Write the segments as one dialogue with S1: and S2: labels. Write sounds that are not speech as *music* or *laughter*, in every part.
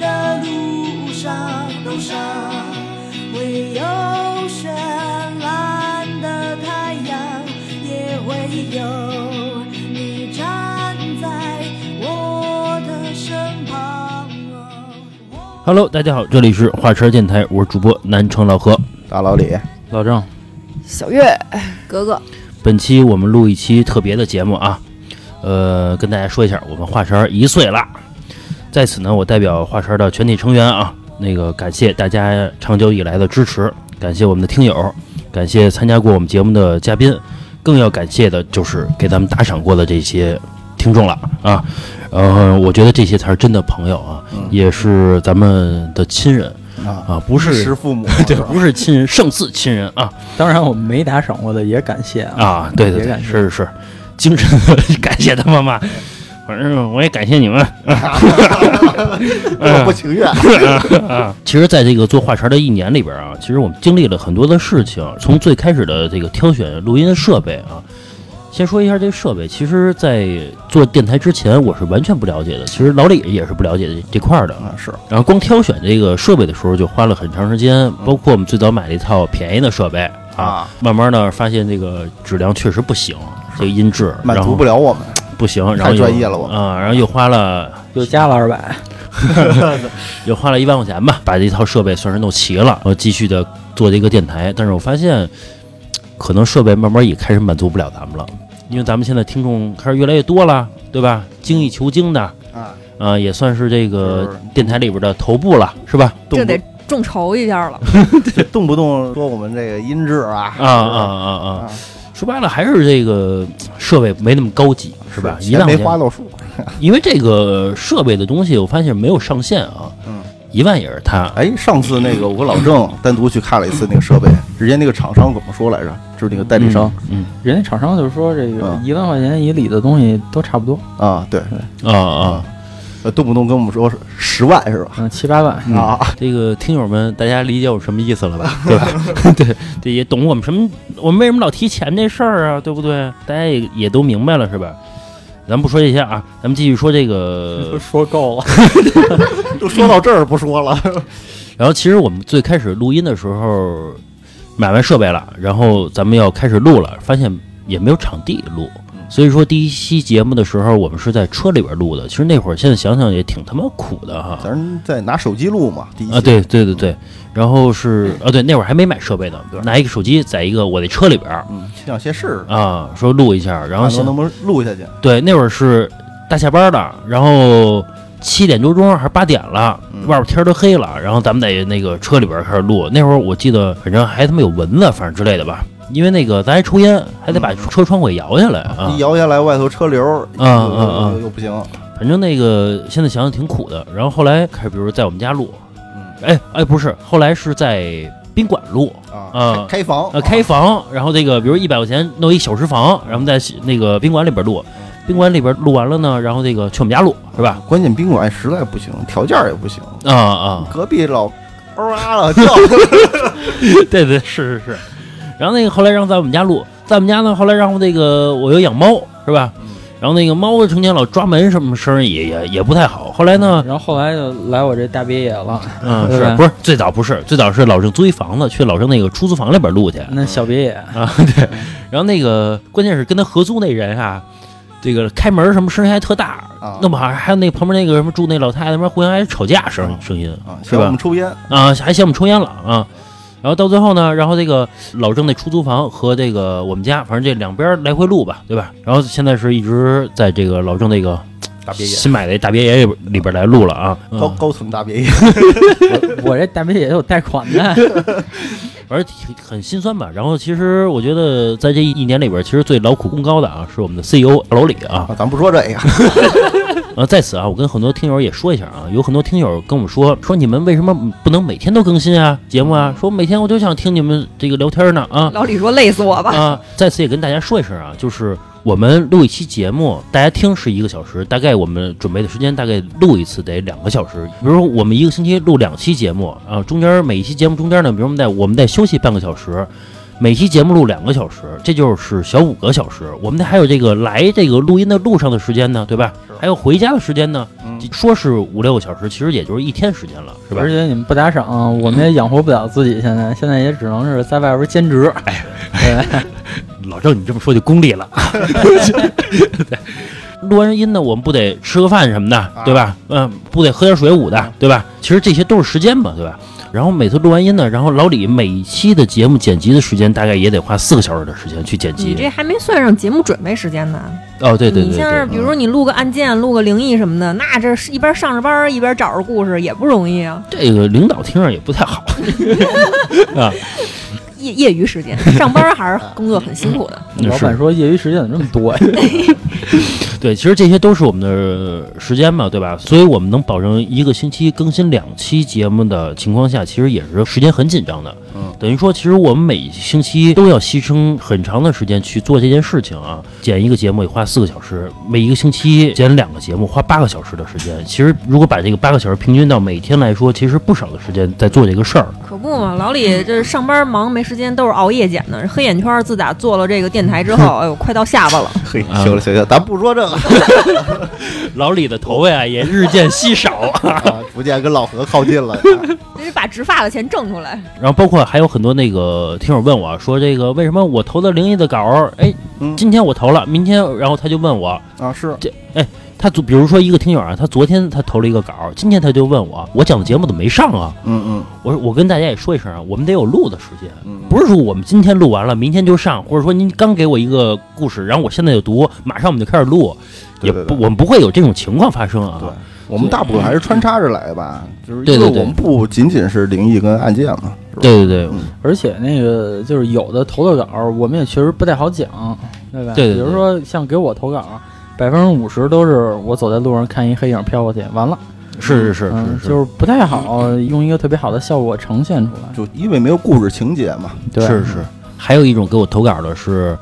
S1: 的路上，路上会有绚烂的太阳，也会有你站在我的身旁。哦
S2: Hello，大家好，这里是华晨电台，我是主播南城老何，
S3: 大老李，
S2: 老郑。
S4: 小月，
S5: 哎
S4: 格格，
S2: 本期我们录一期特别的节目啊，呃，跟大家说一下，我们华晨儿一岁了，在此呢，我代表华晨儿的全体成员啊，那个感谢大家长久以来的支持，感谢我们的听友，感谢参加过我们节目的嘉宾，更要感谢的就是给咱们打赏过的这些听众了啊，呃，我觉得这些才是真的朋友啊，也是咱们的亲人
S3: 啊
S2: 啊，不是
S3: 是 *laughs* 父母，
S2: *laughs* 对，不是亲人，胜似亲人啊
S6: 当然，我们没打赏过的也感谢啊。
S2: 啊！对对
S6: 也
S2: 对，
S6: 感谢
S2: 是是是，精神 *laughs* 的感谢他们吧。反正我也感谢你们。
S3: 我不情愿。
S2: 其实，在这个做画茬的一年里边啊，其实我们经历了很多的事情，从最开始的这个挑选录音设备啊。先说一下这个设备，其实，在做电台之前，我是完全不了解的。其实老李也是不了解这这块儿的啊。
S6: 啊，是
S2: 然后光挑选这个设备的时候就花了很长时间，包括我们最早买了一套便宜的设备啊
S3: 嗯啊，
S2: 慢慢的发现这个质量确实不行，这个音质
S3: 满
S2: 然
S3: 足
S2: 后
S3: 不了我们，
S2: 不行，然后
S3: 太
S2: 又
S3: 专业了我
S2: 啊，然后又花了
S6: 又加了二百，
S2: 又花了一万块钱吧，把这套设备算是弄齐了，然后继续的做这个电台，但是我发现可能设备慢慢也开始满足不了咱们了，因为咱们现在听众开始越来越多了，对吧？精益求精的
S3: 啊。
S2: 啊，也算是这
S3: 就
S2: 个
S3: 是
S2: 电台里边的头部了，是吧？
S4: 这
S3: 动
S4: 得众筹一
S5: *laughs*
S4: 下了。
S3: 不动不动说我们这个音质啊
S2: 啊啊啊啊！
S3: 啊，
S2: 说白了还是这个设备没那么高级，是吧？一
S3: 钱
S2: 万
S3: 没
S2: 块钱
S3: 花，到数，
S2: 因为这个设备的东西，我发现没有上限啊。
S3: 嗯，
S2: 一万也是它。
S3: 哎，上次那个我和老郑单独去看了一次那个设备，人家那个厂商怎么说来着？就是那个代理商
S2: 嗯，
S6: 人家厂商就说这个
S3: 嗯
S6: 一万块钱以里的东西都差不多，
S3: 啊，对，
S2: 嗯啊啊，
S3: 呃动不动跟我们说十万是吧？
S6: 嗯，七八万。
S3: 啊， *laughs*
S2: 这个听友们，大家理解我什么意思了 *laughs* 吧？对吧？对，这也懂我们什么，我们为什么老提钱这事儿啊？对不对？大家也也都明白了，是吧？咱不说这些啊，咱们继续说这个
S6: 都说够了，
S3: 都说到这儿不说了，
S2: 然后其实我们最开始录音的时候，买完设备了，然后咱们要开始录了，发现也没有场地录，
S3: 嗯
S2: 所以说第一期节目的时候，我们是在车里边录的。其实那会儿现在想想也挺他妈苦的哈。
S3: 咱再拿手机录嘛，第一期
S2: 啊，对对对对，然后是啊，对，那会儿还没买设备呢
S3: 嗯对，
S2: 拿一个手机在一个我的车里边儿
S3: 嗯，想先试试，
S2: 啊，说录一下，然后
S3: 看
S2: 想
S3: 能不能录下去？
S2: 对，那会儿是大下班了，然后七点多钟还是八点了，
S3: 嗯
S2: 外边天儿都黑了，然后咱们在那个车里边开始录。那会儿我记得，反正还他妈有蚊子，反正之类的吧。因为那个咱还抽烟，还得把车窗户给摇下来啊
S3: 一。摇下来外头车流，
S2: 嗯嗯嗯
S3: 又又不行，啊
S2: 反正那个现在想想挺苦的。然后后来开始，比如在我们家录，
S3: 嗯
S2: 哎哎不是，后来是在宾馆录。啊
S3: 啊，开开房
S2: 呃，开房，然后这个比如一百块钱弄一小时房，然后在那个宾馆里边录，宾馆里边录完了呢，然后这个去我们家录，是吧？
S3: 关键宾馆实在不行，条件也不行，
S2: 啊啊，
S3: 隔壁老嗷啊了叫，
S2: *laughs* 对对，是是是。然后那个后来让在我们家录，在我们家呢，后来然后那个我又养猫，是吧？然后那个猫成天老抓门，什么声儿也也也不太好。后来呢，
S6: *laughs* 然后后来就来我这大别野了，
S2: 嗯，
S6: 对
S2: 是
S6: 吧
S2: 不是最早不是最早是老郑租一房子，去老郑那个出租房里边录去。
S6: 那小别 *laughs* 野
S2: 啊，对。 *laughs* 然后那个关键是跟他合租那人啊，这个开门什么声音还特大，
S3: 啊
S2: 那么好像还有那旁边那个什么住那老太太，他妈互相还吵架声声音
S3: 啊，
S2: 是
S3: 嫌
S2: 吧
S3: 我们抽烟，
S2: 啊，还嫌我们抽烟了啊。然后到最后呢，然后这个老郑那出租房和这个我们家，反正这两边来回录吧，对吧？然后现在是一直在这个老郑那个
S3: 大别野，
S2: 新买的大别野里边里边来录了啊。
S3: 高
S2: 嗯，
S3: 高层大别野，
S6: 我这大别野有贷款的，
S2: 反正挺很心酸吧。然后其实我觉得在这一年里边，其实最劳苦功高的啊，是我们的 CEO 老李啊。
S3: 啊，咱不说这个，
S2: 呃，在此啊，我跟很多听友也说一下啊，有很多听友跟我们说，说你们为什么不能每天都更新啊节目啊？说每天我就想听你们这个聊天呢啊
S4: 老李说累死我吧，
S5: 嗯
S2: 啊！在此也跟大家说一声啊，就是我们录一期节目，大家听是一个小时，大概我们准备的时间大概录一次得两个小时。比如说我们一个星期录两期节目啊，中间每一期节目中间呢，比如我们在我们在休息半个小时。每期节目录两个小时，这就是小五个小时。我们还有这个来这个录音的路上的时间呢，对吧？还有回家的时间呢。
S3: 嗯
S2: 说是五六个小时，其实也就是一天时间了，是吧
S6: 而？且你们不打赏，我们也养活不了自己。现在现在也只能是在外边兼职。哎，
S2: 老郑，你这么说就功利了。对录完音呢，我们不得吃个饭什么的，对吧？嗯、不得喝点水捂的，对吧？其实这些都是时间嘛，对吧？然后每次录完音呢，然后老李每一期的节目剪辑的时间大概也得花四个小时的时间去剪
S5: 你
S2: 辑。
S5: 这还没算上节目准备时间呢。
S2: 哦，对对对
S5: 你
S2: 对
S5: 像是
S2: 对，
S5: 比如说你录个案件、录个灵异什么的，那这是一边上着班儿一边找着故事也不容易啊。
S2: 这个领导听着也不太
S5: *laughs*
S2: 好。啊
S5: 业业余时间上班儿还是工作很辛苦的。
S2: 是
S6: 老板说业余时间怎么这么多呀？
S2: 对，其实这些都是我们的时间嘛，对吧？所以我们能保证一个星期更新两期节目的情况下，其实也是时间很紧张的。
S3: 嗯，
S2: 等于说，其实我们每星期都要牺牲很长的时间去做这件事情啊。剪一个节目也花四个小时，每一个星期剪两个节目花八个小时的时间。其实如果把这个八个小时平均到每天来说，其实不少的时间在做这个事儿。
S5: *laughs* 可不嘛，老李这上班忙没时间，都是熬夜剪的。黑眼圈儿自打做了这个电台之 *laughs* 后，哎呦，快到下巴了。
S3: *laughs* 嘿，行了行了，咱不说这个，
S2: 老李的头发啊也日渐稀少。
S3: 啊逐渐跟老何靠近了。
S5: 得把植发的钱挣出来。
S2: 然后包括还有很多那个听友问我说，这个为什么我投的灵异的稿儿，哎
S3: 嗯，
S2: 今天我投了，明天然后他就问我，
S3: 啊，是
S2: 他昨比如说一个听友啊，他昨天他投了一个稿儿，今天他就问我，我讲的节目怎么没上啊？
S3: 嗯
S2: 我说我跟大家也说一声啊，我们得有录的时间，
S3: 嗯
S2: 不是说我们今天录完了，明天就上，或者说您刚给我一个故事，然后我现在就读，马上我们就开始录，
S3: 对
S2: 也
S3: 对
S2: 不
S3: 对
S2: 我们不会有这种情况发生
S3: 对
S2: 啊。，
S3: 我们大部分还是穿插着来吧，就是
S2: 对
S3: 因
S2: 对
S3: 为
S2: 对
S3: 我们不仅仅是灵异跟案件嘛，是吧？
S2: 对对对，
S6: 而且那个就是有的投的稿儿，我们也确实不太好讲，对吧？
S2: 对对对
S6: 比如说像给我投稿儿，百分之五十都是我走在路上看一黑影飘过去，完了，
S2: 是是是
S3: 啊
S6: 嗯，
S2: 是
S6: 就是是不太好用一个特别好的效果呈现出来。
S3: 就因为没有故事情节嘛，
S6: 对，
S2: 是是，还有一种给我投稿的是，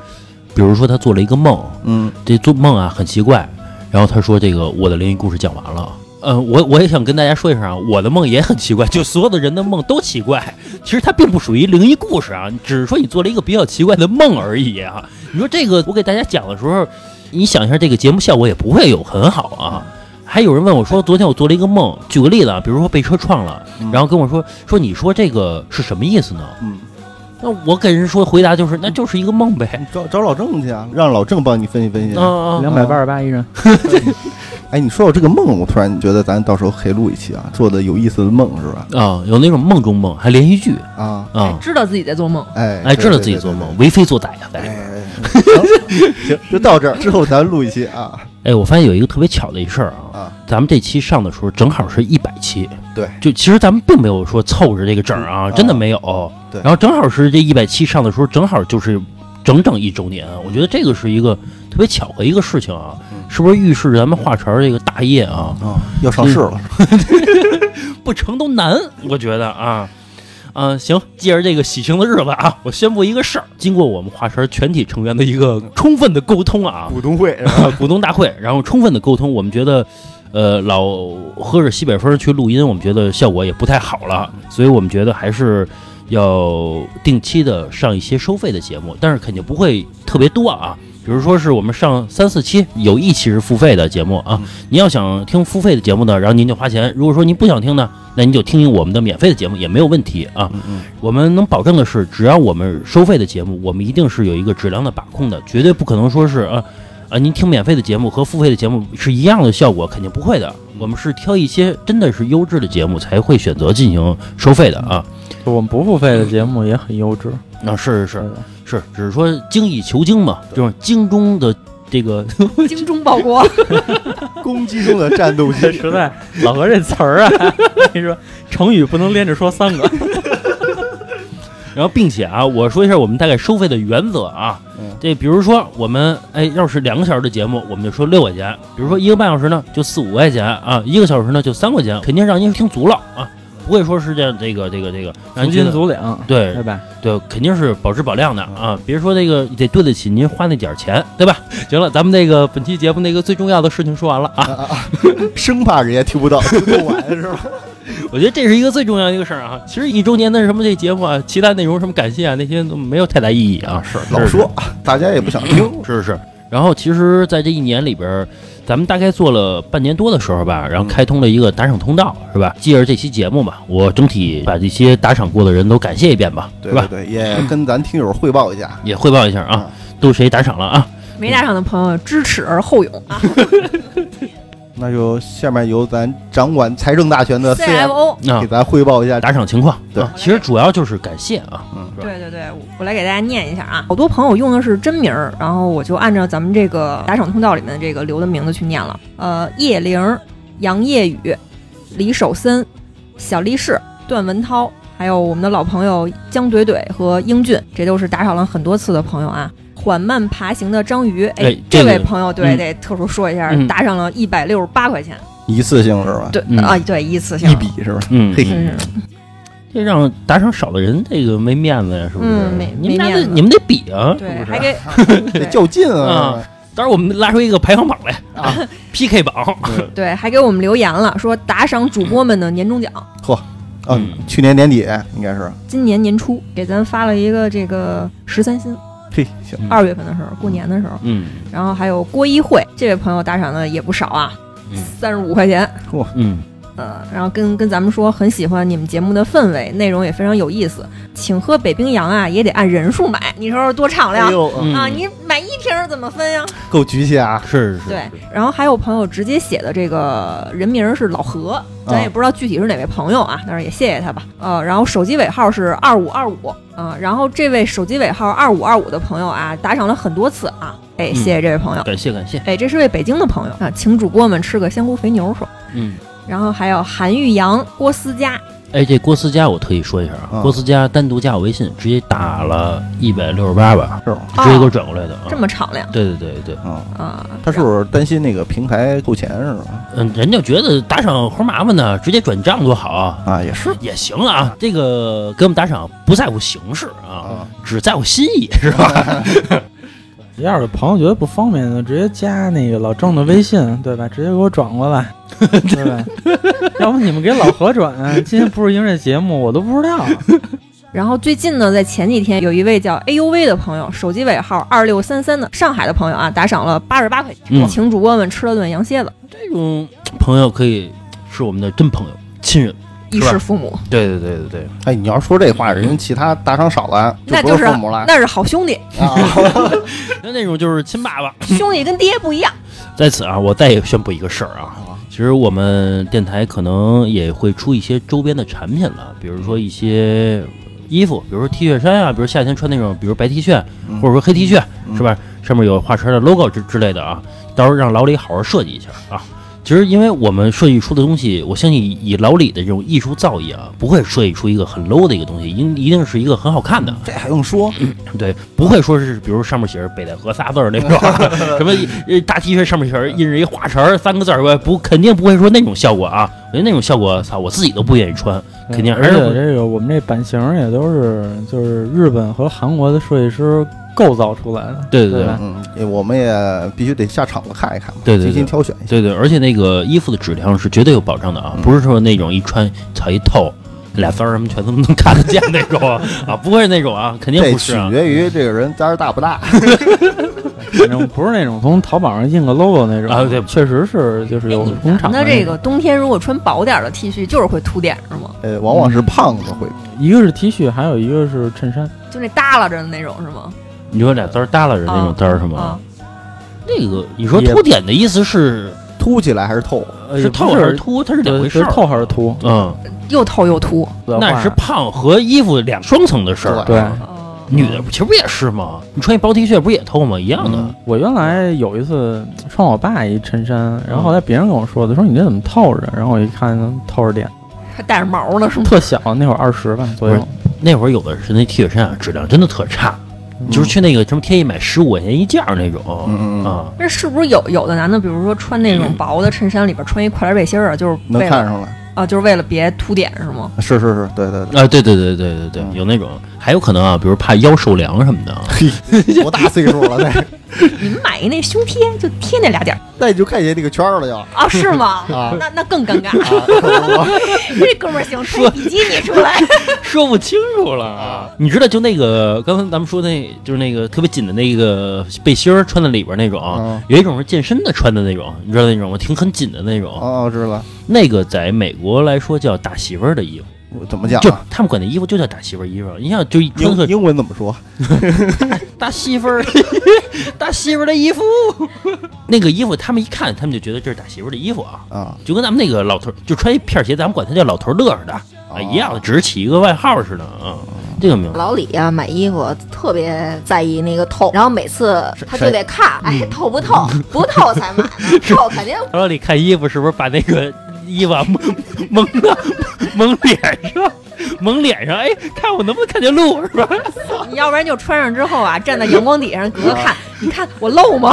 S2: 比如说他做了一个梦，
S3: 嗯，
S2: 这做梦啊很奇怪。然后他说：“这个我的灵异故事讲完了。”嗯，我我也想跟大家说一声啊，我的梦也很奇怪，就所有的人的梦都奇怪。其实它并不属于灵异故事啊，只是说你做了一个比较奇怪的梦而已啊。你说这个，我给大家讲的时候，你想一下这个节目效果也不会有很好啊。还有人问我说，昨天我做了一个梦，举个例子啊，比如说被车撞了，然后跟我说说你说这个是什么意思呢？
S3: 嗯，
S2: 那我给人说回答就是，那就是一个梦呗。
S3: 找找老郑去啊，让老郑帮你分析分析
S2: 嗯。嗯嗯，
S6: 两百八十八一人，
S3: 哎，你说到这个梦，我突然觉得咱到时候可以录一期啊，做的有意思的梦是吧？
S2: 啊，有那种梦中梦，还连续剧
S3: 啊，
S2: 啊，
S5: 知道自己在 *laughs* 做梦，
S3: 哎，
S2: 哎，
S3: 对
S2: 知道自己做梦，。为非作歹啊呀，在里
S3: 对对对
S2: 边。
S3: 哎，行，哎就到这儿之后咱录一期啊。
S2: 哎，我发现有一个特别巧的一事儿啊，
S3: 啊，
S2: 咱们这期上的时候正好是一百期，
S3: 对，
S2: 就其实咱们并没有说凑着这个整儿啊，
S3: 嗯
S2: 真的没有。
S3: 对
S2: 然后正好是这一百期上的时候，正好就是整整一周年，啊我觉得这个是一个特别巧的一个事情啊，
S3: 嗯
S2: 是不是预示着咱们画潮这个大业啊？
S3: 啊，要上市了，
S2: 不成都难，我觉得啊。嗯、行，借着这个喜庆的日子啊，我宣布一个事儿。经过我们华晨全体成员的一个充分的沟通啊，
S3: 股东会是吧？
S2: *laughs* 股东大会，然后充分的沟通，我们觉得，呃，老喝着西北风去录音，我们觉得效果也不太好了，所以我们觉得还是要定期的上一些收费的节目，但是肯定不会特别多啊。比如说是我们上三四期有一期是付费的节目啊，您要想听付费的节目呢，然后您就花钱；如果说您不想听呢，那您就听听我们的免费的节目也没有问题啊。
S3: 嗯嗯，
S2: 我们能保证的是，只要我们收费的节目，我们一定是有一个质量的把控的，绝对不可能说是啊啊，您听免费的节目和付费的节目是一样的效果，肯定不会的。
S3: 嗯
S2: 我们是挑一些真的是优质的节目才会选择进行收费的啊。
S3: 嗯
S6: 我们不付费的节目也很优质，
S2: 那、是是
S6: 对吧
S2: 是，只是说精益求精嘛，这种精中的这个
S5: 精忠报国。
S2: 嗯
S3: 攻击中的战斗 *laughs*
S6: 这
S3: 机，
S6: *laughs* 实在老何这词儿啊， *laughs* 跟你说成语不能连着说三个。
S2: 然后，并且啊，我说一下我们大概收费的原则啊
S3: 嗯。
S2: 这比如说我们哎，要是两个小时的节目，我们就收六块钱；比如说一个半小时呢，就四五块钱啊；一个小时呢，就三块钱，肯定让您听足了啊，不会说是这样这个这个这个让
S6: 足
S2: 您觉
S6: 斤
S2: 得
S6: 足两，
S2: 对
S6: 对吧？
S2: 对，肯定是保质保量的啊！别说那个得对得起您花那点儿钱，对吧？ *laughs* 行了，咱们那个本期节目那个最重要的事情说完了啊。
S3: 生怕人家听不到，听不完是吧？
S2: *laughs* 我觉得这是一个最重要的一个事儿啊。其实一周年的什么这节目啊，其他内容什么感谢啊那些都没有太大意义啊。
S3: 是老说，大家也不想听。
S2: 是是。然后其实，在这一年里边儿，咱们大概做了半年多的时候吧，然后开通了一个打赏通道，是吧？接着这期节目吧，我整体把这些打赏过的人都感谢一遍吧，
S3: 对
S2: 是
S3: 对
S2: 吧？
S3: 对，也跟咱听友汇报一下。
S2: 也汇报一下啊，都谁打赏了啊？
S5: *laughs* 没打赏的朋友知耻而后 *laughs* 勇啊
S2: 嗯
S3: 那就下面由咱掌管财政大权的 CFO
S5: ！CFO，
S2: 那、
S3: 给咱汇报一下。
S2: 啊
S3: 嗯
S2: 打赏情况，
S3: 对
S2: 啊其实主要就是感谢啊，
S5: 对对对，我我来给大家念一下啊。好多朋友用的是真名儿，然后我就按照咱们这个打赏通道里面的这个留的名字去念了。呃，叶玲、杨叶雨、李守森、小力士、段文涛，还有我们的老朋友江怼怼和英俊，这都是打赏了很多次的朋友啊。缓慢爬行的章鱼，哎，
S2: 哎这
S5: 这
S2: 个
S5: 位朋友对、
S2: 嗯
S5: 得特殊说一下，
S2: 嗯啊
S5: 打赏了一百六十八块钱，
S3: 一次性是吧？
S5: 对、
S2: 嗯
S5: 啊，对，一次性
S3: 一笔是吧？
S2: 嗯，
S3: 嘿
S5: 真是
S2: 这让打赏少的人这个没面子呀，是不是？
S5: 嗯没
S2: 你们俩
S5: 没
S2: 得
S5: 面子
S2: 你们得比啊。 *laughs*
S5: 对，还给
S3: *laughs* 得较劲啊！
S2: 当然，我们拉出一个排行榜来啊，PK 榜。
S5: 对，还给我们留言了，说打赏主播们的年终奖，
S3: 嗯，去年年底应该是，
S5: 今年年初给咱发了一个这个十三薪，
S3: 嘿，行，
S5: 二月份的时候，过年的时候，
S2: 嗯
S5: 然后还有郭一慧这位朋友打赏的也不少啊
S2: 嗯，
S5: 三十五块钱，
S2: 嗯，
S5: 呃，然后跟跟咱们说很喜欢你们节目的氛围，内容也非常有意思，请喝北冰洋啊，也得按人数买，你瞅瞅多敞亮。
S3: 哎呦，
S2: 嗯
S5: 啊，你买一瓶儿怎么分呀？
S3: 够局气啊！
S2: 是是是。
S5: 对，然后还有朋友直接写的这个人名儿是老何，咱也不知道具体是哪位朋友啊，但是也谢谢他吧。呃，然后手机尾号是二五二五，啊，然后这位手机尾号二五二五的朋友啊，打赏了很多次啊，哎，
S2: 嗯
S5: 谢谢这位朋友。
S2: 感谢感谢。
S5: 哎，这是位北京的朋友啊，请主播们吃个香菇肥牛说。
S2: 嗯，
S5: 然后还有韩玉阳、郭思佳，
S2: 哎，这郭思佳我特意说一下啊，
S3: 啊
S2: 郭思佳单独加我微信，直接打了一百六十八吧，
S3: 是吧？
S2: 直接给我转过来的啊。
S5: 哦这么敞亮
S2: 对对对对，
S3: 嗯，
S5: 啊！
S3: 他是不是担心那个平台扣钱是吧？
S2: 嗯，人家觉得打赏活麻烦呢，直接转账多好啊，
S3: 啊，也是
S2: 也行啊。这个给我们打赏不在乎形式啊，
S3: 啊，
S2: 只在乎心意， *laughs* 是吧？
S6: 要是朋友觉得不方便，就直接加那个老郑的微信，对吧？直接给我转过来， *laughs* 对吧？ *laughs* 要不你们给老何转啊？今天不是因为这节目，我都不知道。
S5: 然后最近呢，在前几天有一位叫 A U V 的朋友，手机尾号二六三三的上海的朋友啊，打赏了八十八块钱，
S2: 嗯
S5: 请主播们吃了顿羊蝎子，
S2: 这种朋友可以是我们的真朋友、亲人。
S5: 衣
S2: 是吧
S5: 食父母，
S2: 对对对对对，
S3: 哎，你要说这话，人家其他打赏少了，
S5: 那
S3: 不
S5: 是啊
S3: 父母了
S5: 那是好兄弟，
S3: 啊。
S2: 那那种就是亲爸爸。
S5: 兄弟跟爹不一样。
S2: 在此啊，我再也宣布一个事儿啊，其实我们电台可能也会出一些周边的产品了，比如说一些衣服，比如说 T 恤衫啊，比如夏天穿那种，比如白 T 恤
S3: 嗯
S2: 或者说黑 T 恤，
S3: 嗯
S2: 是吧？上面有画圈的 logo 之之类的啊，到时候让老李好好设计一下啊。其实，因为我们设计出的东西，我相信以老李的这种艺术造诣啊，不会设计出一个很 low 的一个东西，一定一定是一个很好看的。
S3: 这还用说？
S2: 对，不会说是比如上面写着“北戴河”仨字儿那种，啊
S6: *laughs*
S2: 什么呃大 T 恤上面写着印着一花绳儿三个字儿，不肯定不会说那种效果啊。我觉得那种效果，操，我自己都不愿意穿。 *laughs* 肯定还
S6: 而
S2: 是
S6: 且
S2: 会
S6: 这个我们这版型也都是就是日本和韩国的设计师构造出来的，
S2: 对对
S6: 对
S2: 对
S6: 吧？
S3: 嗯，也我们也必须得下场子看一看嘛，
S2: 对对对
S3: 精心挑选一下。
S2: 对对，而且那个衣服的质量是绝对有保障的啊，
S3: 嗯
S2: 不是说那种一穿操一透，俩丝儿什么全都能看得见那种啊 *laughs* 啊，不会是那种啊，肯定
S3: 这
S2: 不
S3: 取
S2: 是啊。
S3: 决于这个人胆儿大不 *laughs* 大。
S6: 反正不是那种从淘宝上印个 logo 那种
S2: 啊对
S6: 确实是就是有工厂的
S2: 啊
S5: 那
S6: 那
S2: 嗯
S5: 这
S6: 种
S5: 个冬天如果穿薄点儿的 T 恤，就是会凸点是吗？
S3: 呃，往往是胖子会
S6: 一个是 T 恤，还有一个是衬衫。
S5: 就那耷拉着的那种是吗？
S2: 你说俩丝儿耷拉着那种
S5: 啊
S2: 字儿是吗
S5: 啊？，
S2: 那个你说
S6: 也
S2: 凸点的意思是
S3: 凸起来还是透？
S6: 呃
S2: 是
S6: 也不
S2: 透还是凸，它是两回
S6: 对
S2: 事
S6: 是
S2: 儿。
S6: 透还是凸？
S2: 嗯，
S5: 又透又凸。
S2: 那是胖和衣服两双层的事儿啊。
S6: 对。
S5: 哦
S2: 女的不其实不也是吗？你穿一薄 T 恤不也透吗？一样
S3: 嗯
S2: 的。
S6: 我原来有一次穿我爸一衬衫，然后后来别人跟我说的，说你这怎么透着？然后我一看透着点，
S5: 还带着毛呢是吗？
S2: *laughs*
S6: 特小，那会儿二十吧左
S2: 不
S6: 右
S2: 是。那会儿有的是那 T 恤衫啊，质量真的特差，就是去那个什么天一买十五块钱一件儿那种
S3: 嗯嗯嗯嗯
S2: 啊。嗯
S5: 那是不是有有的男的，比如说穿那种薄的衬衫，里边穿一跨栏背心儿啊，就是
S3: 能
S5: 为
S3: 看
S5: 了
S3: 出来。
S5: 啊，就是为了别凸点是吗？
S3: 是是是，对对对。
S2: 啊，对对对对对对，
S3: 嗯
S2: 有那种，还有可能啊，比如怕腰受凉什么的啊。
S3: *laughs* 多大岁数了？那
S5: 你们买一那胸贴，就贴那俩点儿
S3: 那你就看见那个圈儿了就 *laughs* 啊！
S5: 啊，是
S2: *laughs*
S5: 吗？
S3: 啊
S5: 那那更尴尬，
S2: 啊
S3: 我
S5: *laughs* 这哥们儿行，穿比基尼出
S2: *laughs*
S5: 来，
S2: *laughs* 嗯说不清楚了啊！你知道，就那个刚才咱们说那，就是那个特别紧的那个背心儿穿在里边那种，啊
S3: 嗯
S2: 有一种是健身的穿的那种，你知道那种吗？挺很紧的那种，
S3: 哦，我知道了，
S2: 那个在美国来说叫打媳妇儿的衣服，
S3: 我怎么讲
S2: 就
S3: 啊？
S2: 他们管那衣服就叫打媳妇儿衣服。你想，就一穿
S3: 英
S2: 个
S3: 英文怎么说？
S2: 大媳妇儿， *laughs* 大媳妇儿的衣服，那个衣服他们一看，他们就觉得这是打媳妇儿的衣服啊，
S3: 啊，
S2: 就跟咱们那个老头儿就穿一片儿鞋，咱们管他叫老头儿乐似的啊，一样的，只是起一个外号似的啊。这个名字
S7: 老李呀、买衣服特别在意那个透，然后每次他就得看，哎，透不透？不透才买呢，透肯定
S2: 老李看衣服是不是把那个衣服啊 *laughs* 蒙蒙到蒙脸上，蒙脸上？哎，看我能不能看见路是吧？ *laughs*
S5: 你要不然就穿上之后啊，站在阳光底下
S2: 啊
S5: 隔着看，你看我露吗？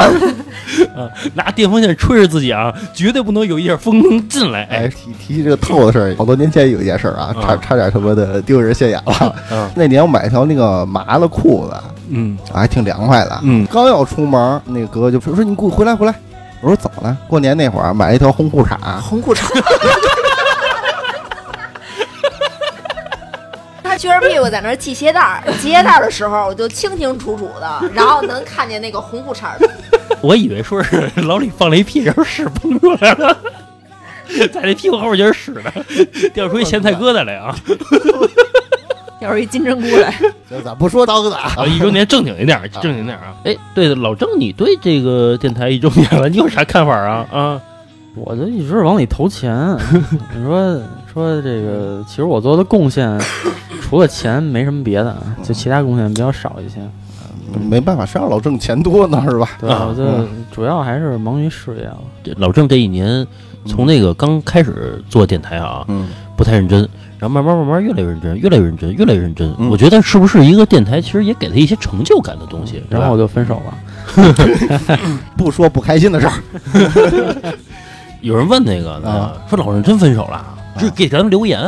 S2: 拿电风扇吹着自己啊，绝对不能有一点风进来。
S3: 哎，
S2: 哎，
S3: 提提这个透的事儿，好多年前有一件事儿啊，
S2: 啊
S3: 差差点他妈的丢人现眼了。
S2: 嗯
S3: 那年我买一条那个麻的裤子，
S2: 嗯
S3: 还挺凉快的。
S2: 嗯
S3: 刚要出门，那个哥就说：“说你给我回来回来。”我说：“怎么了？”过年那会儿买了一条红裤衩，
S7: 红裤衩。他撅着屁股在那儿系鞋带儿，系鞋带儿的时候我就清清楚楚的，然后能看见那个红裤衩儿。
S2: 我以为说是老李放了一屁，然后屎喷出来了， *laughs* 在这屁股后边就是屎呢， *laughs* 掉出一咸菜疙瘩来 *laughs* 啊！
S5: *laughs* 要是一金针菇来，
S6: *laughs*
S3: 就咱不说刀子 *laughs* 啊，
S2: 啊，一周年正经一点，正经一点啊！哎，对了，老郑，你对这个电台一周年了，你有啥看法啊？啊，
S6: 我就一直往里投钱。 *laughs* 你说说这个，其实我做的贡 *laughs* 献，除了钱没什么别的，啊就其他贡献比较少一些。
S3: 没办法，谁让老郑钱多呢，是吧？
S6: 对，
S2: 啊
S6: 我就主要还是忙于事业了。
S2: 这老郑这一年从那个刚开始做电台啊，
S3: 嗯，
S2: 不太认真，然后慢慢慢慢越来越认真，越来越认真，越来越认真。
S3: 嗯
S2: 我觉得是不是一个电台，其实也给他一些成就感的东西，对
S6: 然后
S2: 吧
S6: 我就分手了。
S3: 不说不开心的事儿，
S2: 有人问那个呢
S3: 啊，
S2: 说老郑真分手了，就给咱们留言。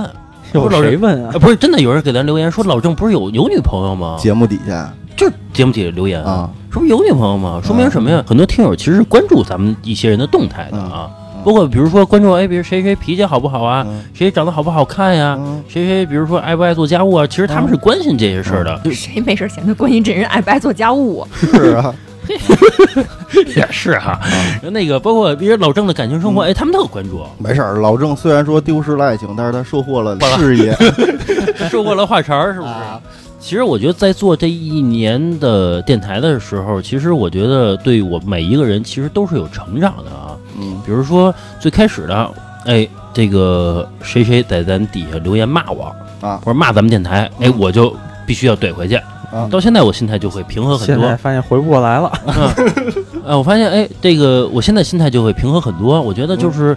S6: 有谁问啊
S2: 啊，？不是真的，有人给咱留言说老郑不是有有女朋友吗？
S3: 节目底下
S2: 就是节目底下留言，
S3: 啊，
S2: 说不是有女朋友吗？说明什么呀？很多听友其实是关注咱们一些人的动态的啊，
S3: 嗯
S2: 包括比如说关注哎，比如谁谁脾气好不好啊，
S3: 嗯
S2: 谁长得好不好看呀、
S3: 嗯
S2: 谁谁比如说爱不爱做家务啊，其实他们是关心这些事儿的，就
S5: 谁没事闲的关心这人爱不爱做家务啊？
S3: 是啊，
S2: *laughs* 也是哈、然后那个包括比如老郑的感情生活，哎，他们都有关注，
S3: *laughs* 没事儿。老郑虽然说丢失了爱情，但是他收获 *laughs* 了事业，
S2: 收获了话茬儿，是不是？其实我觉得在做这一年的电台的时候，其实我觉得对我每一个人其实都是有成长的啊。
S3: 嗯
S2: 比如说最开始的，哎，这个谁谁在咱底下留言骂我
S3: 啊
S2: 或者骂咱们电台，哎，我就必须要怼回去。
S3: 啊
S2: 到现在我心态就会平和很
S6: 现
S2: 多
S6: 在。发现回不过来了。
S2: 哎，我发现哎，这个我现在心态就会平和很多。我觉得就是。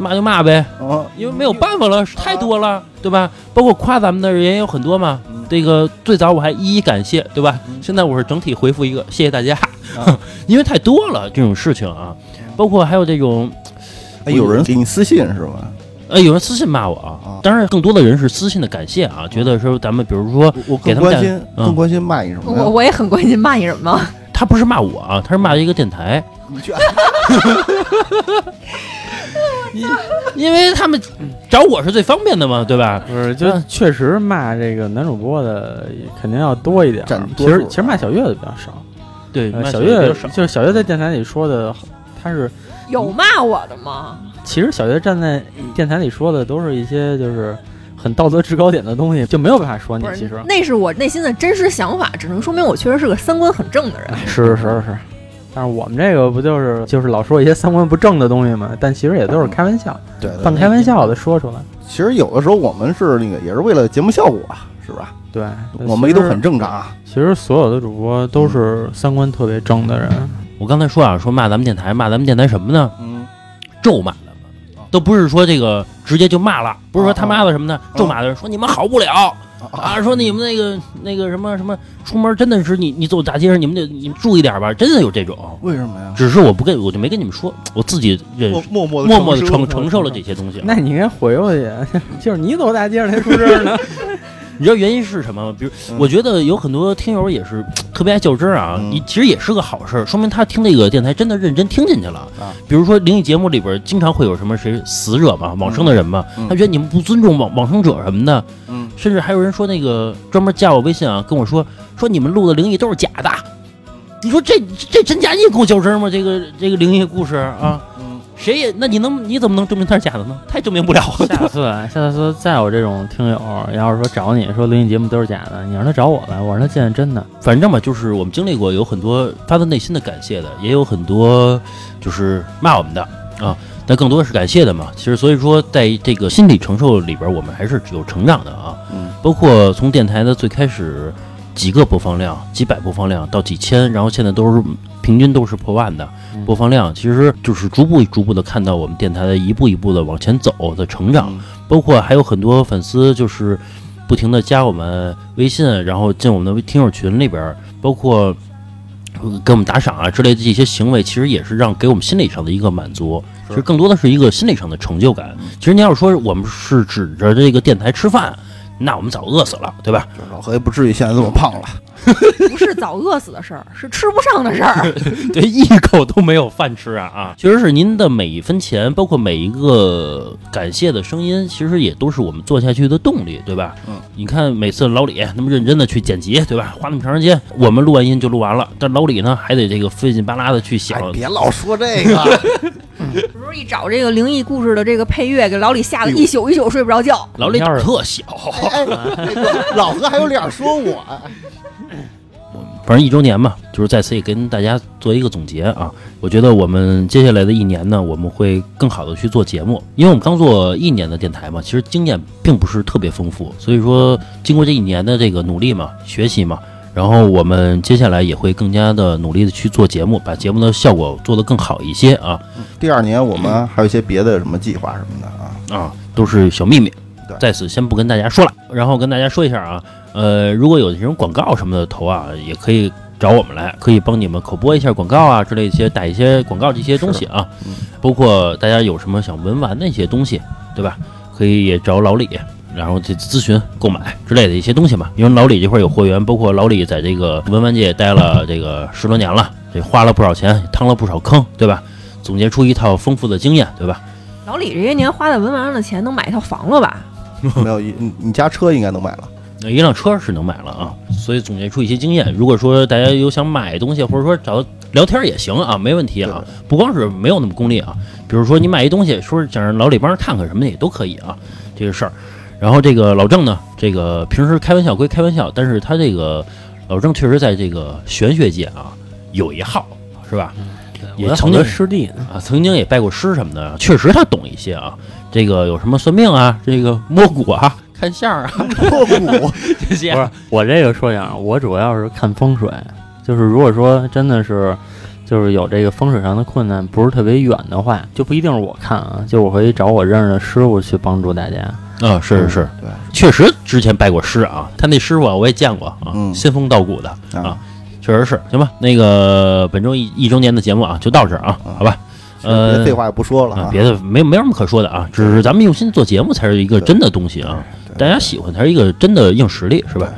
S2: 骂就骂呗，
S3: 啊，
S2: 因为没有办法了，太多了，对吧？包括夸咱们的人也有很多嘛。这个最早我还一一感谢，对吧？现在我是整体回复一个谢谢大家， *laughs* 因为太多了这种事情啊，包括还有这种
S3: 哎有人给你私信是吧？
S2: 呃，有人私信骂我啊
S3: 啊，
S2: 当然更多的人是私信的感谢啊，觉得说咱们比如说
S3: 我
S2: 给
S3: 更
S2: 他们
S3: 关
S2: 带
S3: 心，
S2: 嗯
S3: 更关心骂你什么
S5: 我
S3: 呀？
S5: 我也很关心骂你什么，
S6: *laughs*
S2: 他不是骂我啊，他是骂一个电台，
S3: 你
S5: *laughs*
S3: 去啊
S2: 因为他们找我是最方便的嘛，对吧？
S6: 不是，
S2: 嗯
S6: 就确实骂这个男主播的肯定要多一点儿
S3: 占。
S6: 其
S3: 多数啊
S6: 实其实骂小月的比较少，
S2: 对，
S6: 呃
S2: 骂
S6: 小
S2: 月
S6: 月
S2: 比较少
S6: 就是小月在电台里说的，她是
S5: 有骂我的吗？
S6: 其实小月站在电台里说的都是一些就是很道德制高点的东西，就没有办法说你
S5: 不。
S6: 其
S5: 是
S6: 实，
S5: 那是我内心的真实想法，只能说明我确实是个三观很正的人。
S6: *laughs* 是是是是，但是我们这个不就是就是老说一些三观不正的东西嘛？但其实也都是开玩笑，
S3: 对对
S6: 半
S3: 对
S6: 开玩笑的说出来。
S3: 其实有的时候我们是那个也是为了节目效果，啊是吧？
S6: 对，
S3: 我们也都很
S6: 正。
S3: 正常啊。
S6: 其实所有的主播都是三观特别正的人，
S2: 我刚才说啊，说骂咱们电台，骂咱们电台什么呢？
S3: 嗯，
S2: 咒骂咱们，都不是说这个直接就骂了，不是
S3: 啊
S2: 说他妈的什么的，咒骂的人说你们好不了啊，说你们那个那个什么什么出门真的是你你走大街上你们得你们注意点吧，真的有这种。
S3: 为什么呀？
S2: 只是我不跟我就没跟你们说，我自己认
S3: 默
S2: 识
S3: 默默
S2: 默默的
S3: 承
S2: 承承受了
S3: 嗯
S2: 这些东西。啊
S6: 那你应该回过去， *laughs* 就是你走大街上才出事儿呢。
S2: 你知道原因是什么吗？比如，
S3: 嗯
S2: 我觉得有很多听友也是特别爱较真儿啊，
S3: 嗯
S2: 你其实也是个好事儿，说明他听这个电台真的认真听进去了。
S3: 啊
S2: 比如说灵异节目里边经常会有什么谁死者嘛、往生的人嘛，
S3: 嗯
S2: 他觉得你们不尊重往往生者什么的，
S3: 嗯，
S2: 甚至还有人说那个专门加我微信啊，跟我说说你们录的灵异都是假的。你说这这真假你也跟我较真儿吗？这个这个灵异故事啊，
S3: 嗯
S2: 谁也那你能你怎么能证明它是假的呢？他也证明不了。
S6: *laughs* 下次啊，下次再有这种听友要是说找你说灵异节目都是假的，你让他找我来，我让他见见真的。
S2: 反正吧，就是我们经历过有很多发自内心的感谢的，也有很多就是骂我们的啊，但更多的是感谢的嘛。其实所以说，在这个心理承受里边，我们还是有成长的啊。
S3: 嗯，
S2: 包括从电台的最开始几个播放量、几百播放量到几千，然后现在都是平均都是破万的
S6: 嗯
S2: 播放量，其实就是逐步逐步的看到我们电台的一步一步的往前走的成长。包括还有很多粉丝就是不停的加我们微信，然后进我们的听友群里边儿，包括呃给我们打赏啊之类的这些行为，其实也是让给我们心理上的一个满足，
S3: 是
S2: 其实更多的是一个心理上的成就感。其实你要说我们是指着这个电台吃饭，那我们早饿死了，对吧？
S3: 就是老何也不至于现在这么胖了。
S5: 不是早饿死的事儿，是吃不上的事
S6: *laughs*
S5: 儿。
S2: *laughs* 对，一口都没有饭吃啊啊！其实是您的每一分钱，包括每一个感谢的声音，其实也都是我们做下去的动力，对吧？
S3: 嗯，
S2: 你看每次老李那么认真的去剪辑，对吧？花那么长时间，我们录完音就录完了，但老李呢还得这个费劲巴拉的去想
S3: 哎，，别老说这
S2: *laughs*
S3: 个，
S5: 不是一找这个灵异故事的这个配乐，给老李吓得一宿一宿睡不着觉。
S2: 老李
S6: 你要
S2: 胆
S6: 是
S2: 特小，
S3: 哎那个老何还有脸说我？啊
S2: *laughs* 反正一周年嘛，就是在此也跟大家做一个总结啊。我觉得我们接下来的一年呢，我们会更好的去做节目，因为我们刚做一年的电台嘛，其实经验并不是特别丰富，所以说经过这一年的这个努力嘛，学习嘛。然后我们接下来也会更加的努力的去做节目，把节目的效果做得更好一些啊
S3: 第二年我们还有一些别的什么计划什么的啊，
S2: 啊，都是小秘密
S3: 对，
S2: 在此先不跟大家说了。然后跟大家说一下啊，呃，如果有这种广告什么的投啊，也可以找我们来，可以帮你们口播一下广告啊之类一些打一些广告这些东西啊，
S3: 嗯
S2: 包括大家有什么想文玩的一些东西，对吧？可以也找老李，然后去咨询购买之类的一些东西嘛。因为老李这块有货源，包括老李在这个文玩界待了这个十多年了，这花了不少钱，趟了不少坑，对吧？总结出一套丰富的经验，对吧？
S5: 老李这些年花在文玩上的钱，能买一套房了吧？
S3: 没有一你你家车应该能买
S2: *laughs*
S3: 了， *laughs*
S2: 那一辆车是能买了啊，所以总结出一些经验。如果说大家有想买东西，或者说找聊天也行啊，没问题啊。不光是没有那么功利啊，比如说你买一东西，说是想让老李帮着看看什么的也都可以啊，这个事儿。然后这个老郑呢，这个平时开玩笑归开玩笑，但是他这个老郑确实在这个玄学界啊有一号，是吧？也
S6: 我
S2: 曾
S6: 好
S2: 经
S6: 多师弟呢，
S2: 啊，曾经也拜过师什么的，确实他懂一些啊。这个有什么算命啊，这个摸骨啊，看相儿啊
S3: 破鼓，
S2: 这些
S6: 不是我这个说呀，我主要是看风水，就是如果说真的是。就是有这个风水上的困难，不是特别远的话，就不一定是我看啊，就我可以找我认识的师傅去帮助大家。
S2: 啊，是是是，
S3: 嗯对，
S2: 确实之前拜过师啊，他那师傅啊我也见过啊，
S3: 嗯
S2: 仙风道骨的啊
S3: 啊，
S2: 确实是。行吧，那个本周一一周年的节目啊，就到这儿啊，
S3: 啊
S2: 好吧？
S3: 别
S2: 呃
S3: 废，话也不说了
S2: 啊
S3: 啊，，
S2: 别的没没什么可说的啊，只是咱们用心做节目才是一个真的东西啊，大家喜欢才是一个真的硬实力，是吧？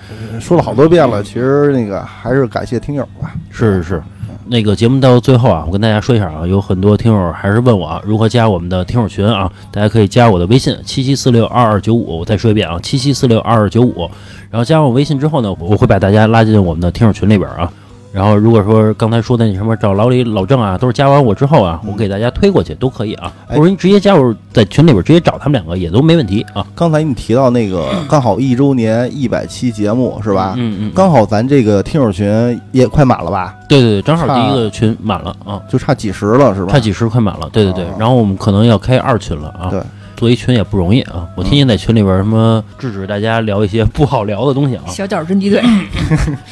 S3: 说了好多遍了，其实那个还是感谢听友吧，
S2: 是是是，那个节目到最后啊，我跟大家说一下啊，有很多听友还是问我啊，如何加我们的听友群啊？大家可以加我的微信七七四六二二九五，我再说一遍啊，七七四六二二九五。然后加我微信之后呢，我会把大家拉进我们的听友群里边啊。然后如果说刚才说的那什么找老李、老郑啊，都是加完我之后啊，我给大家推过去都可以啊，
S3: 哎
S2: 或者你直接加入在群里边直接找他们两个也都没问题啊。
S3: 刚才你提到那个刚好一周年一百期节目是吧？
S2: 嗯嗯，
S3: 刚好咱这个听友群也快满了吧？
S2: 对对对，正好第一个群满了啊。
S3: 就差几十了是吧？
S2: 差几十快满了，对对对
S3: 啊，
S2: 然后我们可能要开二群了啊。
S3: 对，
S2: 做一群也不容易啊。我天天在群里边儿什么制止大家聊一些不好聊的东西啊，
S5: 小脚侦缉队，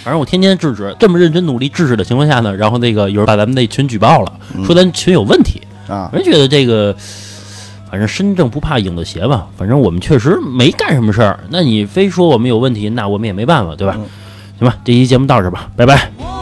S2: 反正我天天制止，这么认真努力制止的情况下呢，然后那个有人把咱们那群举报了，
S3: 嗯
S2: 说咱群有问题，
S3: 啊
S2: 我，就觉得这个反正身正不怕影子斜吧，反正我们确实没干什么
S3: 嗯
S2: 事儿。那你非说我们有问题，那我们也没办法，对吧？行吧，这期节目到这儿吧，拜拜。
S1: 我